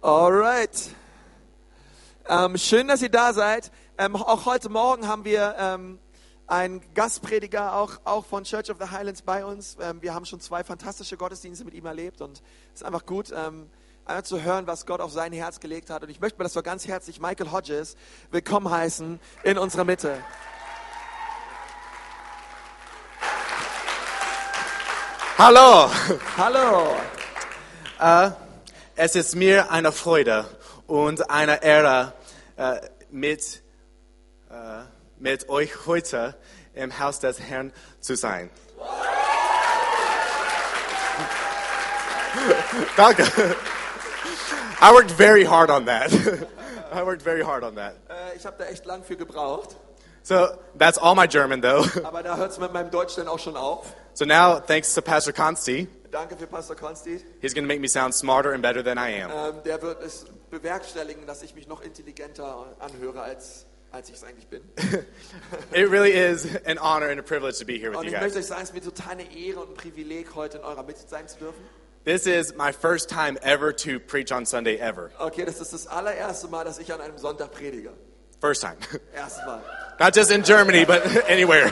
Alright. Ähm, schön, dass ihr da seid. Ähm, auch heute Morgen haben wir ähm, einen Gastprediger auch, auch von Church of the Highlands bei uns. Ähm, wir haben schon zwei fantastische Gottesdienste mit ihm erlebt und es ist einfach gut, ähm, einfach zu hören, was Gott auf sein Herz gelegt hat. Und ich möchte mal, dass wir ganz herzlich Michael Hodges willkommen heißen in unserer Mitte. Hallo, Hallo. es ist mir eine Freude und eine Ehre, äh, mit, äh, mit euch heute im Haus des Herrn zu sein. Danke. I worked very hard on that. I worked very hard on that. Äh, ich habe da echt lang für gebraucht, So that's all my German, though. aber da hört es mit meinem Deutsch dann auch schon auf. So now, thanks to Pastor Consti, Danke für Pastor Konsti. he's going to make me sound smarter and better than I am. Ähm, der wird es bewerkstelligen, dass ich mich noch intelligenter anhöre, als, als ich es eigentlich bin. It really is an honor and a privilege to be here with Und you ich guys. möchte euch sagen, es ist mir total eine Ehre und ein Privileg, heute in eurer Mitte sein zu dürfen. This is my first time ever to preach on Sunday ever. Okay, das ist das allererste Mal, dass ich an einem Sonntag predige. First time. Erstes Mal. Not just in Germany, but anywhere.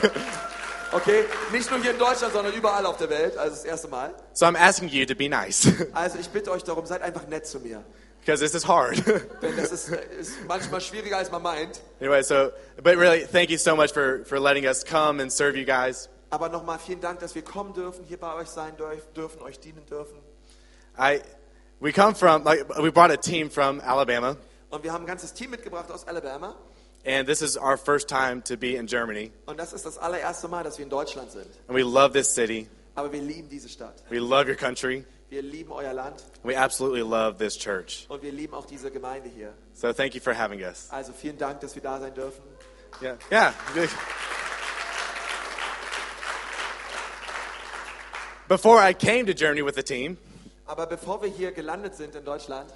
Okay, nicht nur hier in Deutschland, sondern überall auf der Welt. Also das erste Mal. So I'm asking you to be nice Also ich bitte euch darum, seid einfach nett zu mir. because this is hard. Denn das ist, äh, ist manchmal schwieriger, als man meint. Anyway, so but really thank you so much for for letting us come and serve you guys. Aber nochmal vielen Dank, dass wir kommen dürfen, hier bei euch sein dürf- dürfen, euch dienen dürfen. I we come from like we brought a team from Alabama Und wir haben ein ganzes Team mitgebracht aus Alabama. and this is our first time to be in Germany Und das ist das allererste Mal, dass wir in Deutschland sind. and we love this city. Aber wir lieben diese Stadt. We love your country. Wir lieben euer Land We absolutely love this church. und wir lieben auch diese Gemeinde hier. So thank you for having us. Also vielen Dank, dass wir da sein dürfen. Yeah. Yeah. Good. Before I came to Germany with the team, Aber bevor wir hier gelandet sind in Deutschland,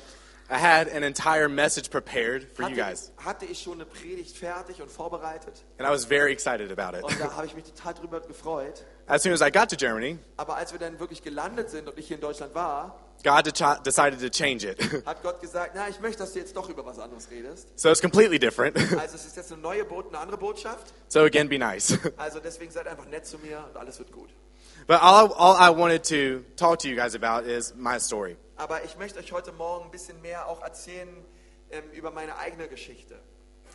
I had an entire message prepared for you hatte, guys, hatte ich schon eine Predigt fertig und vorbereitet. and I was very excited about it. Und da habe ich mich total drüber gefreut. As soon as I got to Germany, Aber als wir dann wirklich gelandet sind und ich hier in Deutschland war, God dechi- decided to change it. hat Gott gesagt, na, ich möchte, dass du jetzt doch über was anderes redest. so it's completely different. Also es ist jetzt eine neue Boot, eine andere Botschaft. so again, be nice. Also deswegen seid einfach nett zu mir und alles wird gut. but all, all I wanted to talk to you guys about is my story. Aber ich möchte euch heute Morgen ein bisschen mehr auch erzählen ähm, über meine eigene Geschichte.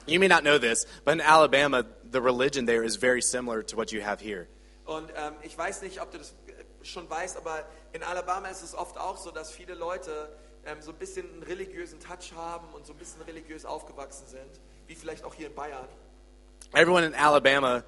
You may not know this, but in Alabama, the religion there is very similar to what you have here. Und ähm, ich weiß nicht, ob du das äh, schon weißt, aber in Alabama ist es oft auch so, dass viele Leute ähm, so ein bisschen einen religiösen Touch haben und so ein bisschen religiös aufgewachsen sind, wie vielleicht auch hier in Bayern. Everyone in Alabama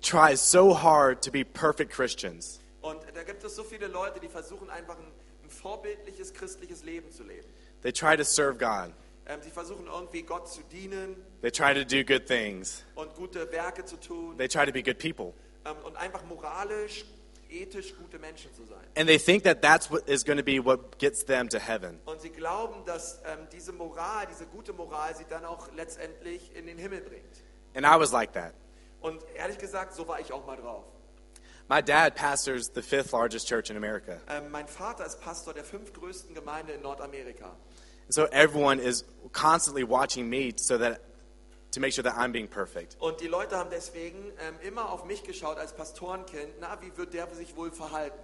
tries so hard to be perfect Christians. Und da gibt es so viele Leute, die versuchen einfach ein, ein vorbildliches christliches Leben zu leben. They try to serve God. Ähm, sie versuchen irgendwie Gott zu dienen They try to do good things. und gute Werke zu tun They try to be good people. ähm, und einfach moralisch, ethisch gute Menschen zu sein. And they think that that's what is going to be what gets them to heaven. Und sie glauben, dass ähm, diese Moral, diese gute Moral, sie dann auch letztendlich in den Himmel bringt. And I was like that. Und ehrlich gesagt, so war ich auch mal drauf. My dad pastors the fifth largest church in America. Ähm, mein Vater ist Pastor der fünftgrößten Gemeinde in Nordamerika. So everyone is constantly watching me so that to make sure that I'm being perfect. Und die Leute haben deswegen ähm, immer auf mich geschaut als Pastorenkind. Na, wie wird der sich wohl verhalten?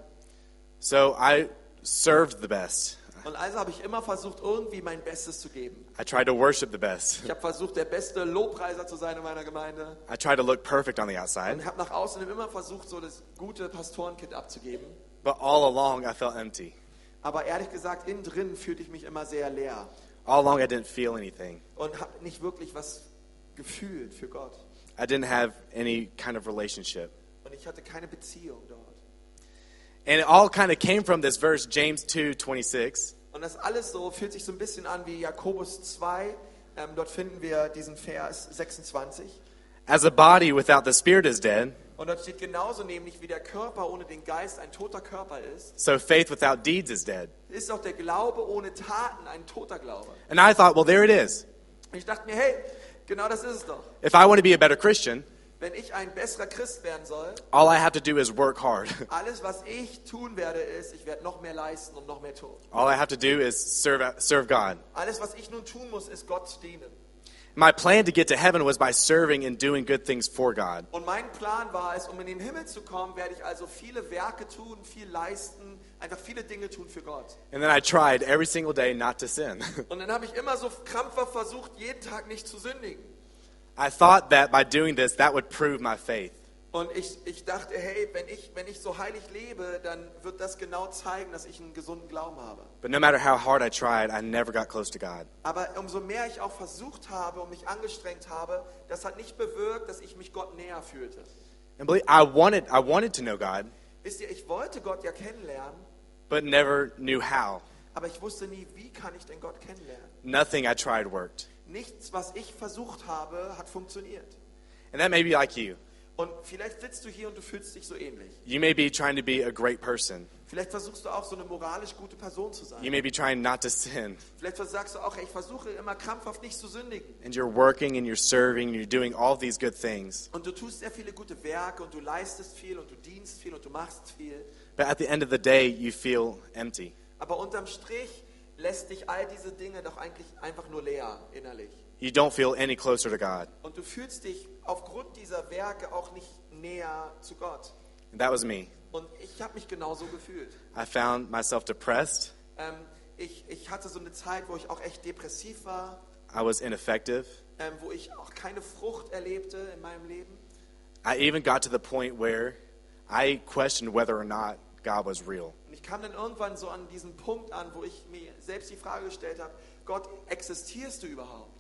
So I served the best. Und also habe ich immer versucht, irgendwie mein Bestes zu geben. I tried to worship the best. Ich habe versucht, der beste Lobpreiser zu sein in meiner Gemeinde. I tried to look perfect on the outside, Und habe nach außen hin immer versucht, so das gute Pastorenkind abzugeben. but all along I felt empty. Aber ehrlich gesagt, innen drin fühlte ich mich immer sehr leer. All along I didn't feel anything. und habe nicht wirklich was gefühlt für Gott. I didn't have any kind of relationship. Und ich hatte keine Beziehung dort. And it all kind of came from this verse, James 2 26. Und das alles so fühlt sich so ein bisschen an wie Jakobus 2. Ähm, dort finden wir diesen Vers 26. As a body without the spirit is dead, Und dort steht genauso nämlich, wie der Körper ohne den Geist ein toter Körper ist, so faith without deeds is dead. ist auch der Glaube ohne Taten ein toter Glaube. And I thought, well, there it is. Und ich dachte mir, hey, genau das ist es doch. If I want to be a better Christian, wenn ich ein besserer Christ werden soll, All I have to do is work hard. alles, was ich tun werde, ist, ich werde noch mehr leisten und noch mehr tun. All I have to do is serve, serve God. Alles, was ich nun tun muss, ist Gott dienen. My plan to get to heaven was by serving and doing good things for God. Und mein Plan war es, um in den Himmel zu kommen, werde ich also viele Werke tun, viel leisten, einfach viele Dinge tun für Gott. And then I tried every single day not to sin. Und dann habe ich immer so krampfhaft versucht, jeden Tag nicht zu sündigen. I thought that by doing this, that would prove my faith. Und ich, ich dachte, hey, wenn ich, wenn ich so heilig lebe, dann wird das genau zeigen, dass ich einen gesunden Glauben habe. But no matter how hard I tried, I never got close to God. Aber umso mehr ich auch versucht habe und mich angestrengt habe, das hat nicht bewirkt, dass ich mich Gott näher fühlte. And believe, I wanted, I wanted to know God, Wisst ihr, ich wollte Gott ja kennenlernen, but never knew how. aber ich wusste nie, wie kann ich denn Gott kennenlernen. Nothing I tried worked. Nichts, was ich versucht habe, hat funktioniert. And that may be like you. Und vielleicht sitzt du hier und du fühlst dich so ähnlich. You may be trying to be a great person. Vielleicht versuchst du auch so eine moralisch gute Person zu You sein. may be trying not to sin. Vielleicht sagst du auch, ey, ich versuche immer krampfhaft nicht zu sündigen. And you're working and you're serving and you're doing all these good things. Und du tust sehr viele gute Werke und du leistest viel und du dienst viel und du machst viel. But at the end of the day, you feel empty. Aber unterm Strich lässt dich all diese Dinge doch eigentlich einfach nur leer innerlich. You don't feel any closer to God. Und du fühlst dich aufgrund dieser Werke auch nicht näher zu Gott. And that was me. Und ich habe mich genauso gefühlt. I found myself depressed. Ähm, ich, ich hatte so eine Zeit, wo ich auch echt depressiv war, I was ineffective. ähm, wo ich auch keine Frucht erlebte in meinem Leben. I even got to the point where I questioned whether or not God was real. Und ich kam dann irgendwann so an diesen Punkt an, wo ich mir selbst die Frage gestellt habe, Gott, existierst du überhaupt?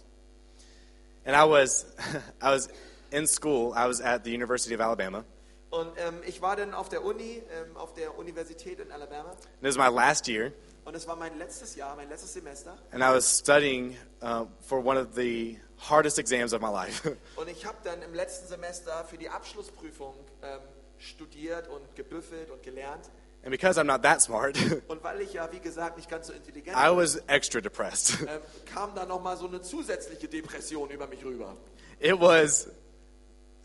And I was, I was in school. I was at the University of Alabama. Und ähm, ich war dann auf der Uni, ähm, auf der Universität in Alabama. And it was my last year, Und es war mein letztes Jahr, mein letztes Semester. and I was studying uh, for one of the hardest exams of my life. Und ich habe dann im letzten Semester für die Abschlussprüfung ähm, studiert und gebüffelt und gelernt. and because I'm not that smart, Und weil ich ja, wie gesagt, nicht ganz so intelligent I bin, was extra depressed. ähm, kam da nochmal so eine zusätzliche Depression über mich rüber. it was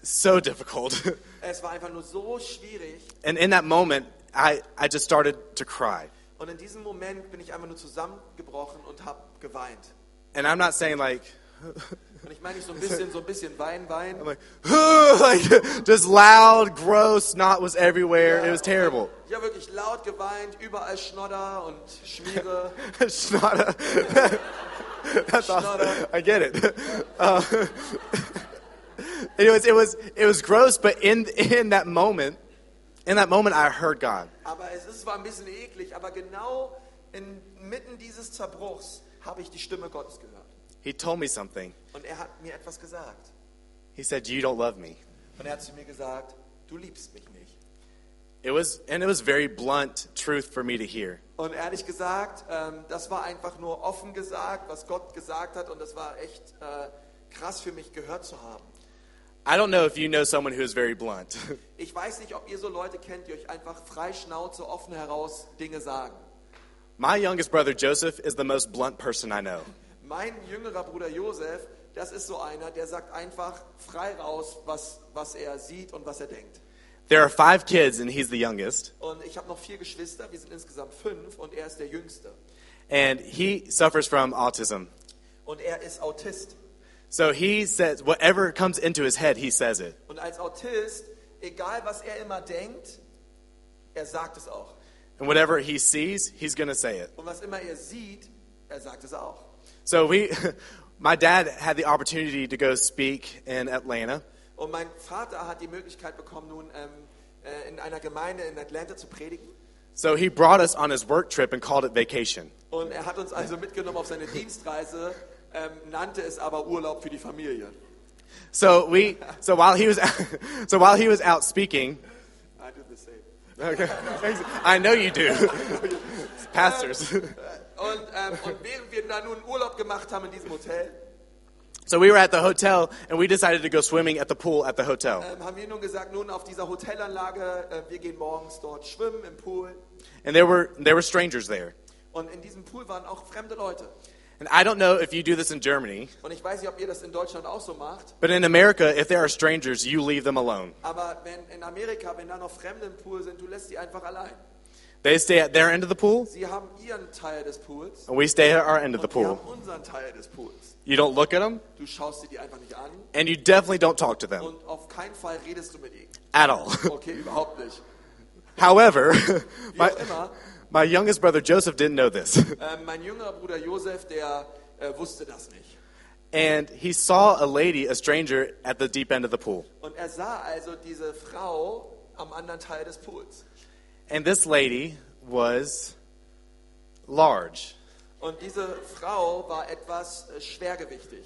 so difficult. Es war einfach nur so schwierig. and in that moment, I, I just started to cry. Und in diesem Moment bin ich einfach nur zusammengebrochen und habe geweint. And I'm not saying like, Und ich meine nicht so ein bisschen, so ein bisschen Wein, Wein. I'm like, like just loud, gross, snot was everywhere. It was terrible. Ich habe wirklich laut geweint, überall Schnodder und Schmiere. It's not a. That's awesome. Schnodder. I get it. Uh, it was it was it was gross, but in in that moment, in that moment, I heard God. Aber es ist, war ein bisschen eklig, aber genau inmitten dieses Zerbruchs habe ich die Stimme Gottes gehört. He told me something. Und er hat mir etwas gesagt. He said, "You don't love me." Und er hat zu mir gesagt, du liebst mich nicht. It was and it was very blunt truth for me to hear. Und ehrlich gesagt, ähm, das war einfach nur offen gesagt, was Gott gesagt hat. Und das war echt äh, krass für mich gehört zu haben. I don't know if you know someone who is very blunt, Ich weiß nicht, ob ihr so Leute kennt, die euch einfach frei Schnauze offen heraus Dinge sagen. My youngest brother Joseph is the most blunt person I know. Mein jüngerer Bruder Josef, das ist so einer, der sagt einfach frei raus, was, was er sieht und was er denkt. There are five kids, and he's the youngest. Und ich habe noch vier Geschwister, wir sind insgesamt fünf und er ist der Jüngste. And he suffers from autism. Und er ist Autist. So he says, whatever comes into his head, he says it. Und als Autist, egal was er immer denkt, er sagt es auch. And whatever he sees, he's going to say it. Und was immer er sieht, er sagt es auch. So we, my dad had the opportunity to go speak in Atlanta. Und mein Vater hat die Möglichkeit bekommen, nun ähm, äh, in einer Gemeinde in Atlanta zu predigen. So he brought us on his work trip and called it vacation. Und er hat uns also mitgenommen auf seine Dienstreise, ähm, nannte es aber Urlaub für die Familie. So we, so while he was, so while he was out speaking, I did the same. okay, I know you do, pastors. Und, ähm, und während wir da nun Urlaub gemacht haben in diesem Hotel, So we were at the hotel and we decided to go swimming at the pool at the hotel. ähm, haben wir nun gesagt, nun auf dieser Hotelanlage, äh, wir gehen morgens dort schwimmen im Pool. And there were, there were strangers there. Und in diesem Pool waren auch fremde Leute. And I don't know if you do this in Germany, Und ich weiß nicht, ob ihr das in Deutschland auch so macht, but in America, if there are strangers, you leave them alone. aber wenn in Amerika, wenn da noch Fremde im Pool sind, du lässt sie einfach allein. They stay at their end of the pool, Sie haben ihren Teil des Pools and we stay at our end of the und wir haben pool. unseren Teil des Pools. You don't look at them, Du schaust sie dir einfach nicht an and you definitely don't talk to them und auf keinen Fall redest du mit ihnen. at all. Okay, überhaupt nicht. However, Wie my, auch immer, my youngest brother Joseph didn't know this, ähm, mein jüngerer Bruder Josef, der äh, wusste das nicht. and he saw a lady, a stranger, at the deep end of the pool. Und er sah also diese Frau am anderen Teil des Pools. And this lady was large, Und diese Frau war etwas äh, schwergewichtig.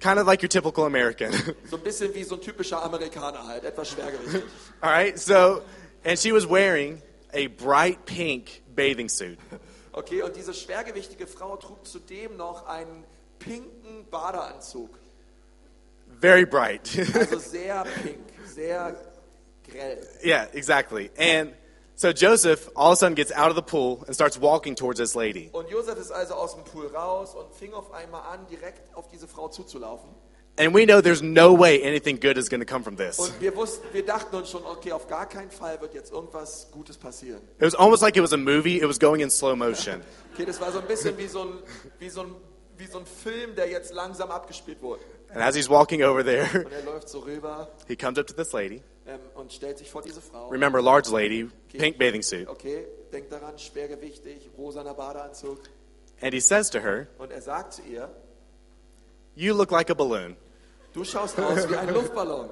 kind of like your typical American. So ein bisschen wie so ein typischer Amerikaner halt, etwas schwergewichtig. All right, so, and she was wearing a bright pink bathing suit. Okay, und diese schwergewichtige Frau trug zudem noch einen pinken Badeanzug. Very bright. Also sehr pink, sehr grell. yeah, exactly. And so Joseph all of a sudden gets out of the pool and starts walking towards this lady. Und Josef ist also aus dem Pool raus und fing auf einmal an, direkt auf diese Frau zuzulaufen. And we know there's no way anything good is going to come from this. Und wir wussten, wir dachten uns schon, okay, auf gar keinen Fall wird jetzt irgendwas Gutes passieren. It was almost like it was a movie, it was going in slow motion. Okay, das war so ein bisschen wie so ein, wie so ein, wie so ein Film, der jetzt langsam abgespielt wurde. And as he's walking over there, Und er läuft so rüber he comes up to this lady. ähm, und stellt sich vor diese Frau. Remember, large lady, pink bathing suit. Okay, denkt daran, schwergewichtig, rosaner Badeanzug. And he says to her, Und er sagt zu ihr, You look like a balloon. du schaust aus wie ein Luftballon.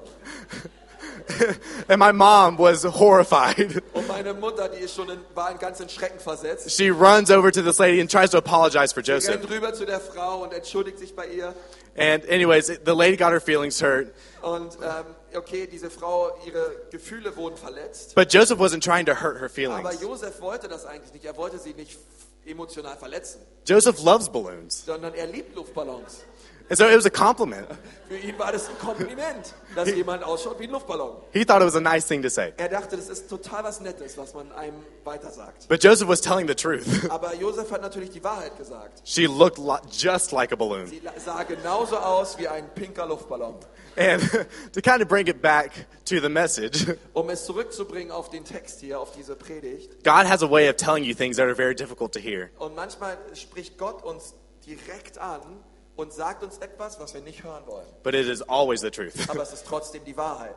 And my mom was horrified. Und meine Mutter, die ist schon in, war in ganz in Schrecken versetzt. She runs over to this lady and tries to apologize for Sie rennt Joseph. rüber zu der Frau und entschuldigt sich bei ihr. And, anyways, the lady got her feelings hurt, Und ähm, okay, diese Frau, ihre Gefühle wurden verletzt. but Joseph wasn't trying to hurt her Aber feelings. Josef wollte das eigentlich nicht. Er wollte sie nicht f- emotional verletzen, Joseph loves balloons. sondern er liebt Luftballons. And so it was a compliment. Für ihn war das ein Kompliment, dass jemand ausschaut wie ein Luftballon. He thought it was a nice thing to say. Er dachte, das ist total was Nettes, was man einem weitersagt. But Joseph was telling the truth. Aber Josef hat natürlich die Wahrheit gesagt. She looked lo- just like a balloon. Sie la- sah genauso aus wie ein pinker Luftballon. And to kind of bring it back to the message, Um es zurückzubringen auf den Text hier, auf diese Predigt. God has a way of telling you things that are very difficult to hear. Und manchmal spricht Gott uns direkt an und sagt uns etwas, was wir nicht hören wollen. but it is always the truth. Aber es ist trotzdem die Wahrheit.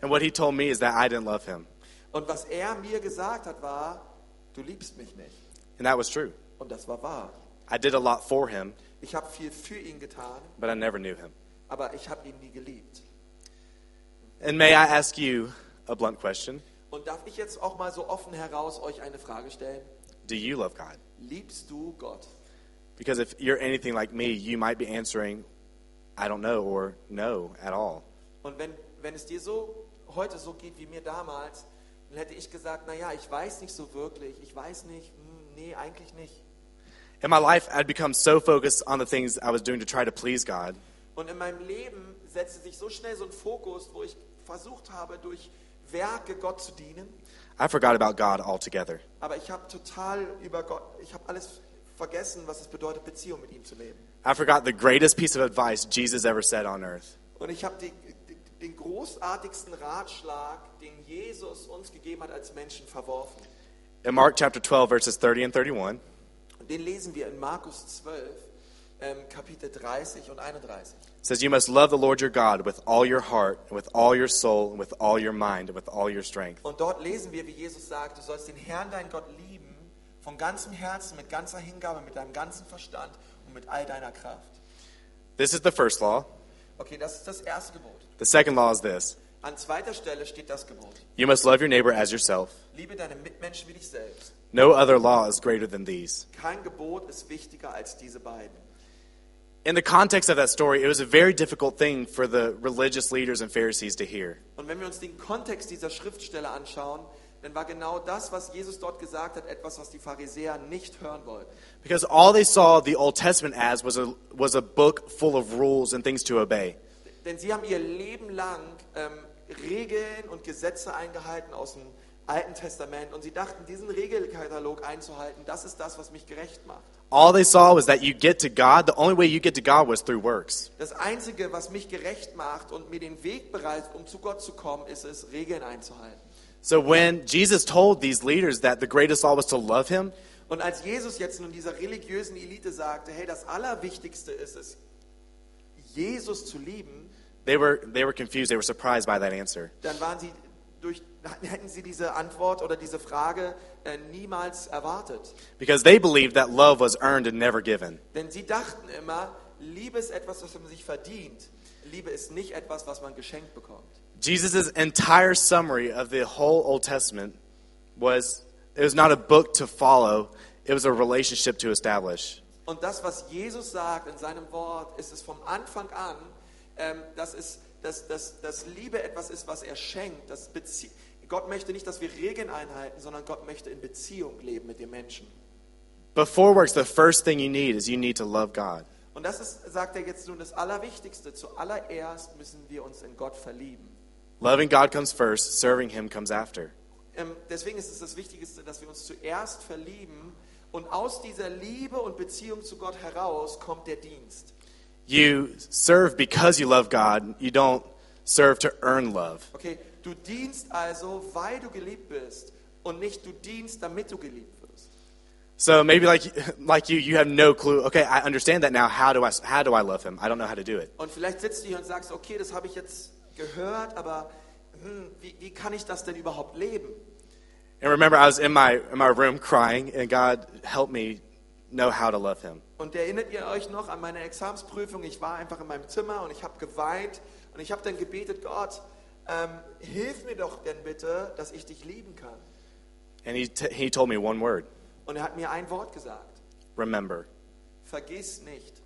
And what he told me is that I didn't love him. Und was er mir gesagt hat, war, du liebst mich nicht. And that was true. Und das war wahr. I did a lot for him, Ich habe viel für ihn getan, but I never knew him. aber ich habe ihn nie geliebt. And may I ask you a blunt question? Und darf ich jetzt auch mal so offen heraus euch eine Frage stellen? Do you love God? Liebst du Gott? Because if you're anything like me, you might be answering, I don't know, or no at all. Und wenn, wenn es dir so heute so geht wie mir damals, dann hätte ich gesagt, naja, ich weiß nicht so wirklich, ich weiß nicht, hm, nee, eigentlich nicht. In my life, I'd become so focused on the things I was doing to try to please God Und in meinem Leben setzte sich so schnell so ein Fokus, wo ich versucht habe, durch Werke Gott zu dienen, I forgot about God altogether. aber ich habe total über Gott, ich habe alles vergessen, was es bedeutet, Beziehung mit ihm zu leben. I forgot the greatest piece of advice Jesus ever said on earth. Und ich habe die, die, den großartigsten Ratschlag, den Jesus uns gegeben hat als Menschen, verworfen. In Mark chapter 12, verses 30 and 31, Und den lesen wir in Markus 12, ähm, Kapitel 30 und 31. It says you must love the Lord your God with all your heart and with all your soul and with all your mind and with all your strength. Und dort lesen wir, wie Jesus sagt, du sollst den Herrn, deinen Gott, lieben, von ganzem Herzen, mit ganzer Hingabe, mit deinem ganzen Verstand und mit all deiner Kraft. This is the first law. Okay, das ist das erste Gebot. The second law is this. An zweiter Stelle steht das Gebot. You must love your neighbor as yourself. Liebe deine Mitmenschen wie dich selbst. No other law is greater than these. Kein Gebot ist wichtiger als diese beiden. In the context of that story, it was a very difficult thing for the religious leaders and Pharisees to hear. Und wenn wir uns den Kontext dieser Schriftstelle anschauen, dann war genau das, was Jesus dort gesagt hat, etwas, was die Pharisäer nicht hören wollten. Because all they saw the Old Testament as was a, was a book full of rules and things to obey. Denn sie haben ihr Leben lang ähm, Regeln und Gesetze eingehalten aus dem Alten Testament und sie dachten, diesen Regelkatalog einzuhalten, das ist das, was mich gerecht macht. All they saw was that you get to God, the only way you get to God was through works. Das Einzige, was mich gerecht macht und mir den Weg bereitet, um zu Gott zu kommen, ist es, Regeln einzuhalten. So when Jesus told these leaders that the greatest law was to love him, Und als Jesus jetzt nun dieser religiösen Elite sagte, hey, das Allerwichtigste ist es, Jesus zu lieben, they were, they were confused. They were surprised by that answer. dann waren sie durch, hätten sie diese Antwort oder diese Frage äh, niemals erwartet. Because they believed that love was earned and never given. Denn sie dachten immer, Liebe ist etwas, was man sich verdient. Liebe ist nicht etwas, was man geschenkt bekommt. Jesus' entire summary of the whole Old Testament was it was not a book to follow, it was a relationship to establish. Und das, was Jesus sagt in seinem Wort, ist es vom Anfang an, ähm, dass, es, dass, dass, dass Liebe etwas ist, was er schenkt. Das Bezie Gott möchte nicht, dass wir Regeln einhalten, sondern Gott möchte in Beziehung leben mit dem Menschen. Before works, the first thing you need is you need to love God. Und das ist, sagt er jetzt nun, das Allerwichtigste. Zuallererst müssen wir uns in Gott verlieben. Loving God comes first, serving Him comes after. Ähm, deswegen ist es das Wichtigste, dass wir uns zuerst verlieben und aus dieser Liebe und Beziehung zu Gott heraus kommt der Dienst. You serve because you love God, you don't serve to earn love. Okay, du dienst also, weil du geliebt bist und nicht du dienst, damit du geliebt wirst. So maybe like like you, you have no clue. Okay, I understand that now. How do I how do I love Him? I don't know how to do it. Und vielleicht sitzt du hier und sagst, okay, das habe ich jetzt gehört, aber hm, wie, wie kann ich das denn überhaupt leben? And remember, I was in my in my room crying, and God helped me know how to love Him. Und erinnert ihr euch noch an meine Examsprüfung? Ich war einfach in meinem Zimmer und ich habe geweint und ich habe dann gebetet, Gott, ähm, hilf mir doch denn bitte, dass ich dich lieben kann. And he, t- he told me one word Und er hat mir ein Wort gesagt, remember. vergiss nicht.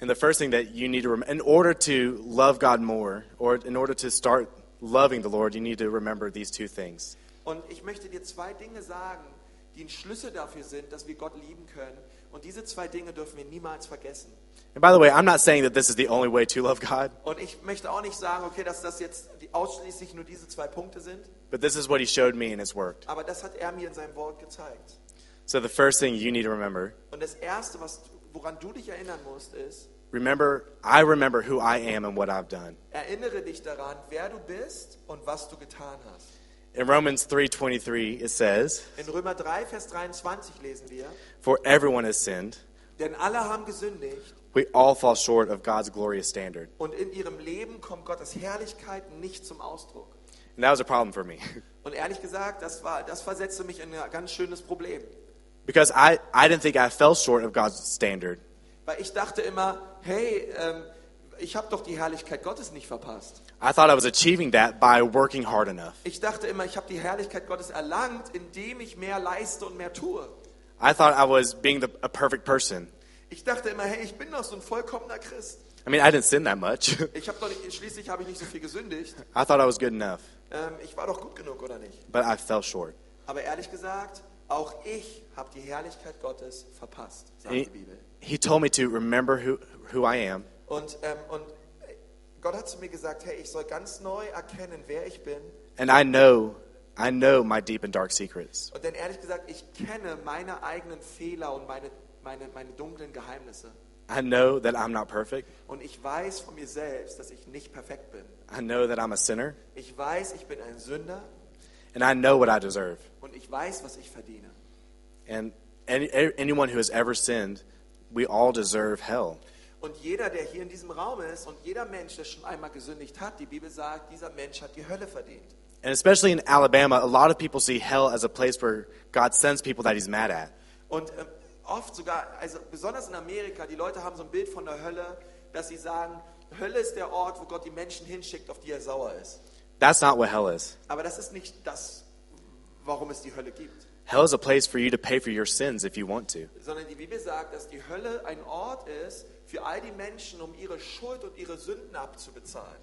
And the first thing that you need to remember, in order to love God more, or in order to start loving the Lord, you need to remember these two things. Und ich möchte dir zwei Dinge sagen, die ein Schlüssel dafür sind, dass wir Gott lieben können. Und diese zwei Dinge dürfen wir niemals vergessen. And by the way, I'm not saying that this is the only way to love God, Und ich möchte auch nicht sagen, okay, dass das jetzt die- ausschließlich nur diese zwei Punkte sind, but this is what He showed me, and it's worked. aber das hat er mir in seinem Wort gezeigt. So the first thing you need to remember Und das Erste, was, woran du dich erinnern musst, ist, remember, I remember who I am and what I've done. erinnere dich daran, wer du bist und was du getan hast. In Romans 3:23 it says, In Römer 3, Vers 23 lesen wir, "For everyone has sinned; denn alle haben gesündigt we all fall short of God's glorious standard." und in ihrem Leben kommt Gottes Herrlichkeit nicht zum Ausdruck. And that was a problem for me. Und ehrlich gesagt, das, war, das versetzte mich in ein ganz schönes Problem. Because I, I didn't think I fell short of God's standard. Weil ich dachte immer, hey, ähm, ich habe doch die Herrlichkeit Gottes nicht verpasst. I thought I was achieving that by working hard enough. Ich dachte immer, ich habe die Herrlichkeit Gottes erlangt, indem ich mehr leiste und mehr tue. I thought I was being the, a perfect person. Ich dachte immer, hey, ich bin doch so ein vollkommener Christ. I mean, I didn't sin that much. Ich habe doch nicht, schließlich habe ich nicht so viel gesündigt. I thought I was good enough, Ähm, ich war doch gut genug, oder nicht? but I fell short. Aber ehrlich gesagt, auch ich habe die Herrlichkeit Gottes verpasst, sagt And he, die Bibel. he told me to remember who, who I am Und, ähm, und Gott hat zu mir gesagt, hey, ich soll ganz neu erkennen, wer ich bin. and I know I know my deep and dark secrets. Und dann ehrlich gesagt, ich kenne meine eigenen Fehler und meine, meine, meine dunklen Geheimnisse. I know that I'm not perfect. Und ich weiß von mir selbst, dass ich nicht perfekt bin. I know that I'm a sinner Ich weiß, ich bin ein Sünder and I know what I deserve. und ich weiß, was ich verdiene. And any, anyone who has ever sinned, we all deserve hell. Und jeder, der hier in diesem Raum ist und jeder Mensch, der schon einmal gesündigt hat, die Bibel sagt, dieser Mensch hat die Hölle verdient. And especially in Alabama, a lot of people see hell as a place where God sends people that he's mad at. Und ähm, oft sogar, also besonders in Amerika, die Leute haben so ein Bild von der Hölle, dass sie sagen, Hölle ist der Ort, wo Gott die Menschen hinschickt, auf die er sauer ist. That's not what hell is. Aber das ist nicht das, warum es die Hölle gibt. Hell is a place for you to pay for your sins if you want to. Sondern die Bibel sagt, dass die Hölle ein Ort ist für all die Menschen, um ihre Schuld und ihre Sünden abzubezahlen.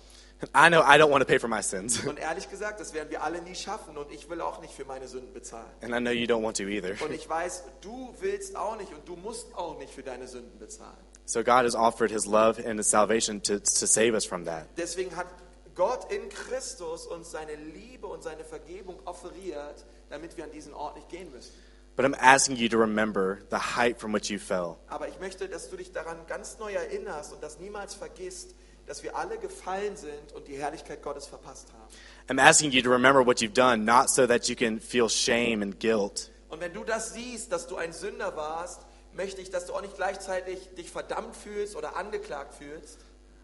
I know I don't want to pay for my sins, Und ehrlich gesagt, das werden wir alle nie schaffen und ich will auch nicht für meine Sünden bezahlen. and I know you don't want to either. Und ich weiß, du willst auch nicht und du musst auch nicht für deine Sünden bezahlen. So God has offered his love and his salvation to, to save us from that. Deswegen hat Gott in Christus uns seine Liebe und seine Vergebung offeriert, damit wir an diesen Ort nicht gehen müssen. But I'm asking you to remember the height from which you fell. Aber ich möchte, dass du dich daran ganz neu erinnerst und das niemals vergisst, dass wir alle gefallen sind und die Herrlichkeit Gottes verpasst haben. I'm asking you to remember what you've done, not so that you can feel shame and guilt, Und wenn du das siehst, dass du ein Sünder warst, möchte ich, dass du auch nicht gleichzeitig dich verdammt fühlst oder angeklagt fühlst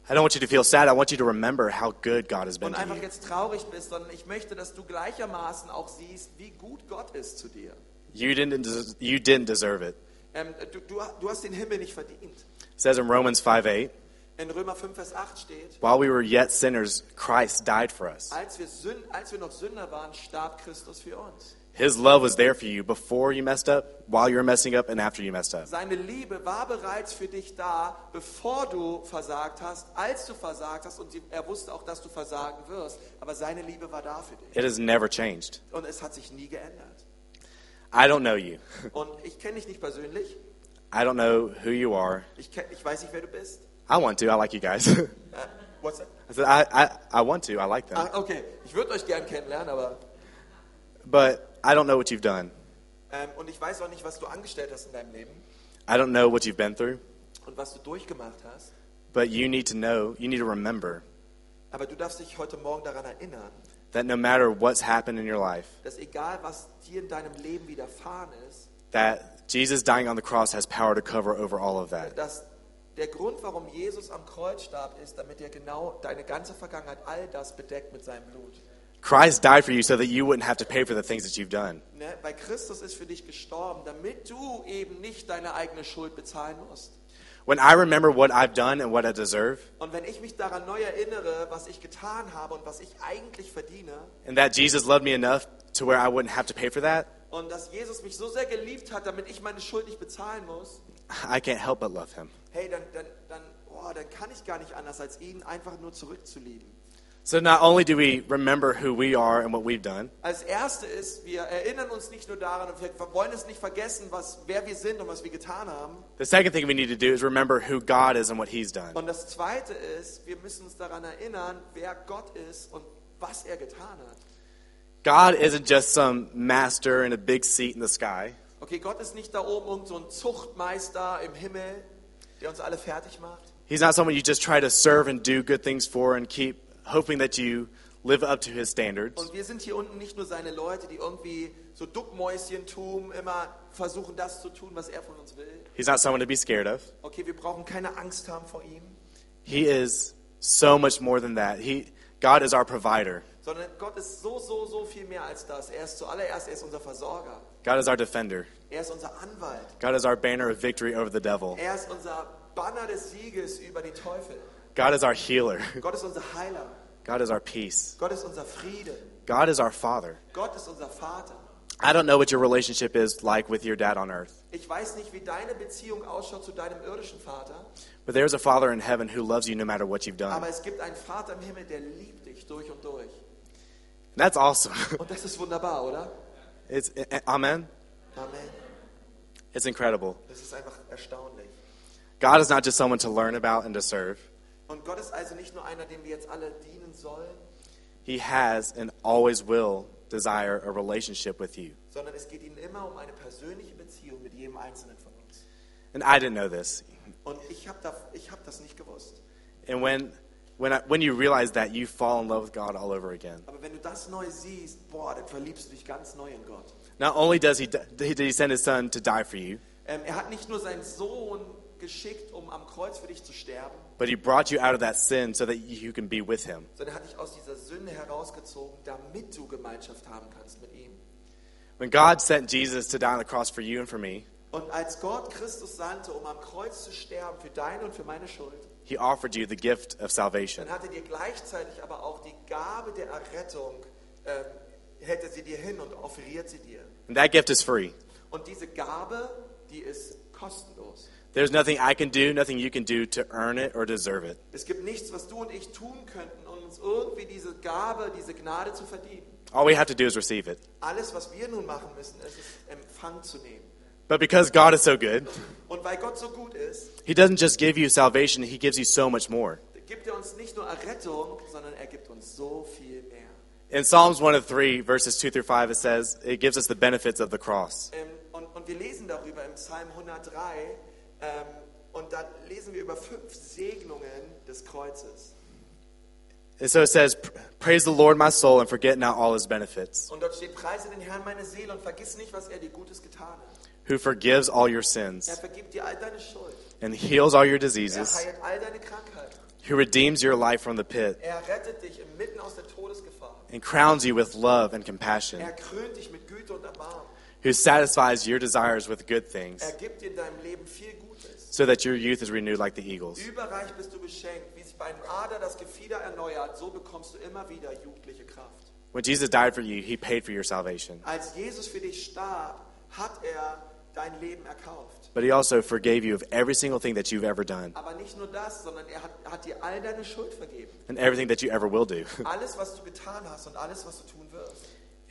I don't want you to feel sad. I want you to remember how good God has been und to einfach you. jetzt traurig bist, sondern ich möchte, dass du gleichermaßen auch siehst, wie gut Gott ist zu dir. You didn't, des- you didn't deserve it. Ähm, du, du, du hast den Himmel nicht verdient. It says in Romans 5 8, In Römer 5, Vers 8 steht, while we were yet sinners, Christ died for us. als wir, Sünd, als wir noch Sünder waren, starb Christus für uns. His love was there for you before you messed up, while you were messing up, and after you messed up. Seine Liebe war bereits für dich da, bevor du versagt hast, als du versagt hast und sie, er wusste auch, dass du versagen wirst, aber seine Liebe war da für dich It has never changed. und es hat sich nie geändert. I don't know you. Und ich kenne dich nicht persönlich, I don't know who you are. ich, kenn, ich weiß nicht, wer du bist. I want to. I like you guys. I Äh, what's that? said, I, I, I want to. I like them. Ah, okay, ich würde euch gern kennenlernen, aber But I don't know what you've done. ähm, und ich weiß auch nicht, was du angestellt hast in deinem Leben I don't know what you've been through. und was du durchgemacht hast. But you need to know, you need to remember Aber du darfst dich heute Morgen daran erinnern, that no matter what's happened in your life, dass egal was dir in deinem Leben widerfahren ist, that Jesus dying on the cross has power to cover over all of that. dass der Grund, warum Jesus am Kreuz starb, ist, damit er genau deine ganze Vergangenheit, all das bedeckt mit seinem Blut. Christ died for you so that you wouldn't have to pay for the things that you've done. Ne? Weil Christus ist für dich gestorben, damit du eben nicht deine eigene Schuld bezahlen musst. When I remember what I've done and what I deserve, Und wenn ich mich daran neu erinnere, was ich getan habe und was ich eigentlich verdiene, and that Jesus loved me enough to where I wouldn't have to pay for that, und dass Jesus mich so sehr geliebt hat, damit ich meine Schuld nicht bezahlen muss, I can't help but love him. hey, dann, dann, dann, boah, dann kann ich gar nicht anders, als ihn einfach nur zurückzulieben. So not only do we remember who we are and what we've done, Als erste ist, wir erinnern uns nicht nur daran und wir wollen es nicht vergessen, was, wer wir sind und was wir getan haben. the second thing we need to do is remember who God is and what he's done. Und das zweite ist, wir müssen uns daran erinnern, wer Gott ist und was er getan hat. God isn't just some master in a big seat in the sky. Okay, Gott ist nicht da oben irgend so ein Zuchtmeister im Himmel, der uns alle fertig macht. He's not someone you just try to serve and do good things for and keep hoping that you live up to his standards. Und wir sind hier unten nicht nur seine Leute, die irgendwie so Duckmäuschentum immer versuchen, das zu tun, was er von uns will. He's not someone to be scared of. Okay, wir brauchen keine Angst haben vor ihm. He is so much more than that. He, God is our provider. sondern Gott ist so, so, so viel mehr als das. Er ist zuallererst, er ist unser Versorger. God is our defender. Er ist unser Anwalt. God is our banner of victory over the devil. Er ist unser Banner des Sieges über den Teufel. God is our healer. Gott ist unser Heiler. God is our peace. Gott ist unser Friede. God is our father. Gott ist unser Vater. I don't know what your relationship is like with your dad on earth, Ich weiß nicht, wie deine Beziehung ausschaut zu deinem irdischen Vater, but there's a father in heaven who loves you no matter what you've done. aber And es gibt einen Vater im Himmel, der liebt dich durch und durch. that's awesome. Und das ist wunderbar, oder? It's eh, amen. Amen. It's incredible. Das ist einfach erstaunlich. God is not just someone to learn about and to serve. Und Gott ist also nicht nur einer, dem wir jetzt alle dienen sollen, He has and always will desire a relationship with you. sondern es geht ihm immer um eine persönliche Beziehung mit jedem Einzelnen von uns. And I didn't know this. Und ich habe da, ich hab das nicht gewusst. And when when I, when you realize that, you fall in love with God all over again. Aber wenn du das neu siehst, boah, dann verliebst du dich ganz neu in Gott. Not only does he di- did he send his son to die for you, Ähm, er hat nicht nur seinen Sohn geschickt, um am Kreuz für dich zu sterben, but he brought you out of that sin so that you can be with him. sondern er hat dich aus dieser Sünde herausgezogen, damit du Gemeinschaft haben kannst mit ihm. When God sent Jesus to die on the cross for you and for me, Und als Gott Christus sandte, um am Kreuz zu sterben für deine und für meine Schuld, he offered you the gift of salvation. dann hat er dir gleichzeitig aber auch die Gabe der Errettung, ähm, hätte sie dir hin und offeriert sie dir. And that gift is free. Und diese Gabe, die ist kostenlos. There's nothing I can do, nothing you can do to earn it or deserve it. Es gibt nichts, was du und ich tun könnten, um uns irgendwie diese Gabe, diese Gnade zu verdienen. All we have to do is receive it. Alles, was wir nun machen müssen, ist es Empfang zu nehmen. But because God is so good, Und weil Gott so gut ist, He doesn't just give you salvation, He gives you so much more. gibt er uns nicht nur Errettung, sondern er gibt uns so viel mehr. In Psalms 103, verses 2 through 5, it says, it gives us the benefits of the cross. Ähm, und, und wir lesen darüber im Psalm 103 ähm, und da lesen wir über fünf Segnungen des Kreuzes. And so it says, Praise the Lord, my soul, and forget not all his benefits, Und dort steht, preise den Herrn meine Seele und vergiss nicht, was er dir Gutes getan hat. who forgives all your Er sins vergibt dir all deine Schuld. and heals all your Er diseases, heilt all deine Krankheiten. who redeems your life from the pit Er rettet dich inmitten aus der Todesgefahr. and crowns you with love and compassion, Er krönt dich mit Güte und Erbarmen. who satisfies your desires with good Er things, gibt dir in deinem Leben viel Gutes. so that your youth is renewed like the eagles. Überreich bist du beschenkt. Wie sich bei einem Ader das Gefieder erneuert, so bekommst du immer wieder jugendliche Kraft. When Jesus died for you, he paid for your salvation, Als Jesus für dich starb, hat er dein Leben erkauft. but he also forgave you of every single thing that you've ever done Aber nicht nur das, sondern er hat, hat dir all deine Schuld vergeben. and everything that you ever will do. Alles, was du getan hast und alles, was du tun wirst.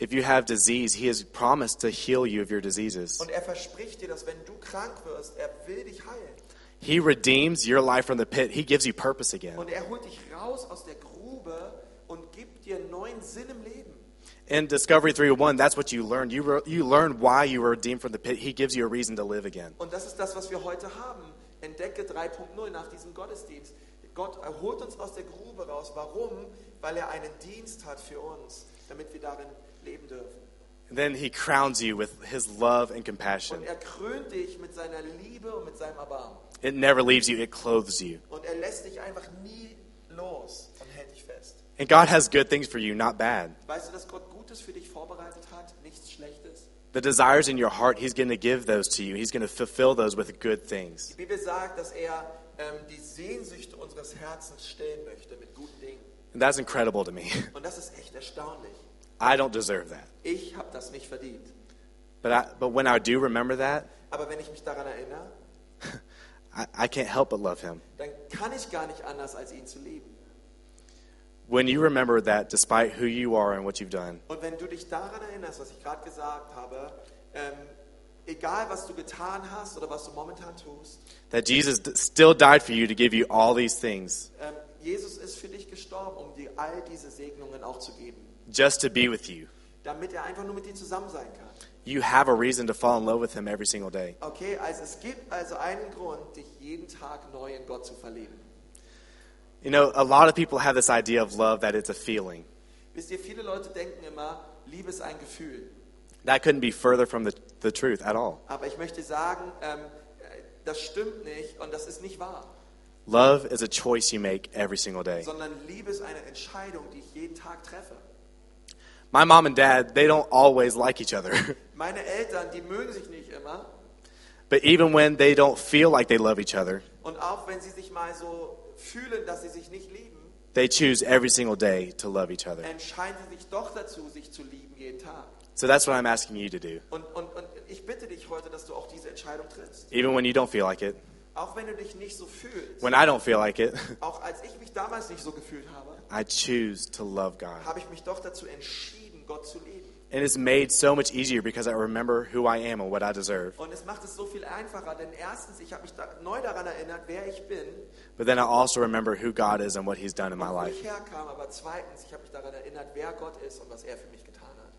If you have disease, he has promised to heal you of your diseases. Und er verspricht dir, dass wenn du krank wirst, er will dich heilen. He redeems your life from the pit. He gives you purpose again. Und er holt dich raus aus der Grube und gibt dir neuen Sinn im Leben. In Discovery 301, that's what you learn. You, re- you learn why you were redeemed from the pit. He gives you a reason to live again. Und das ist das, was wir heute haben. Entdecke 3.0 nach diesem Gottesdienst. Gott erholt uns aus der Grube raus. Warum? Weil er einen Dienst hat für uns, damit wir darin leben dürfen. And then he crowns you with his love and Und compassion. er krönt dich mit seiner Liebe und mit seinem Erbarmen. It never leaves you, it clothes you. Und er lässt dich einfach nie los und hält dich fest. And God has good things for you, not bad. Weißt du, dass Gott Gutes für dich vorbereitet hat, nichts Schlechtes? The desires in your heart, he's going to give those to you. He's going to fulfill those with good things. Die Bibel sagt, dass er ähm, die Sehnsüchte unseres Herzens stillen möchte mit guten Dingen. And that's incredible to me. Und das ist echt erstaunlich. I don't deserve that. Ich habe das nicht verdient. But, I, but when I do remember that, Aber wenn ich mich daran erinnere, I, I can't help but love him. dann kann ich gar nicht anders, als ihn zu lieben. When you remember that, despite who you are and what you've done, Und wenn du dich daran erinnerst, was ich gerade gesagt habe, ähm, egal was du getan hast oder was du momentan tust, that Jesus d- still died for you to give you all these things ähm, Jesus ist für dich gestorben, um dir all diese Segnungen auch zu geben, just to be with you. damit er einfach nur mit dir zusammen sein kann. You have a reason to fall in love with him every single day. Okay, also es gibt also einen Grund, dich jeden Tag neu in Gott zu verlieben. You know, a lot of people have this idea of love that it's a feeling. Wisst ihr, viele Leute denken immer, Liebe ist ein Gefühl. That couldn't be further from the, the truth at all. Aber ich möchte sagen, ähm, äh, das stimmt nicht und das ist nicht wahr. Love is a choice you make every single day. Sondern Liebe ist eine Entscheidung, die ich jeden Tag treffe. My mom and dad, they don't always like each other. Meine Eltern, die mögen sich nicht immer. but even when they don't feel like they love each other, Und auch wenn sie sich mal so fühlen, dass sie sich nicht lieben, they choose every single day to love each other. entscheiden sie sich doch dazu, sich zu lieben jeden Tag. So that's what I'm asking you to do, Und, und, und ich bitte dich heute, dass du auch diese Entscheidung triffst. even when you don't feel like it, Auch wenn du dich nicht so fühlst. when I don't feel like it. Auch als ich mich damals nicht so gefühlt habe, I choose to love God. habe ich mich doch dazu entschieden, Gott zu lieben. And it's made so much easier because I remember who I am and what I deserve. Und es macht es so viel einfacher, denn erstens, ich habe mich da neu daran erinnert, wer ich bin, But then I also remember who God is and what He's done in my und wo life. ich herkam, aber zweitens, ich habe mich daran erinnert, wer Gott ist und was er für mich getan hat.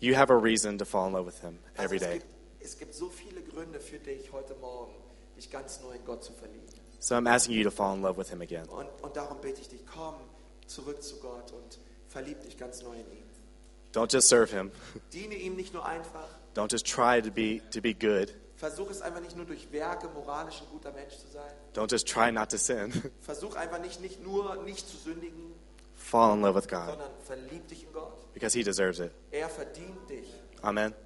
You have a reason to fall in love with Him Also every es, day. gibt, es gibt so viele Gründe für dich heute Morgen, dich ganz neu in Gott zu verlieben. So I'm asking you to fall in love with Him again. Und, und darum bitte ich dich, komm zurück zu Gott und verlieb dich ganz neu in ihn. Don't just serve Him. Diene ihm nicht nur einfach, Don't just try to be to be good. versuch es einfach nicht nur durch Werke moralisch ein guter Mensch zu sein. Don't just try not to sin. Versuch einfach nicht, nicht nur nicht zu sündigen, fall in love with God sondern verlieb dich in Gott. because He deserves it. Er verdient dich. Amen.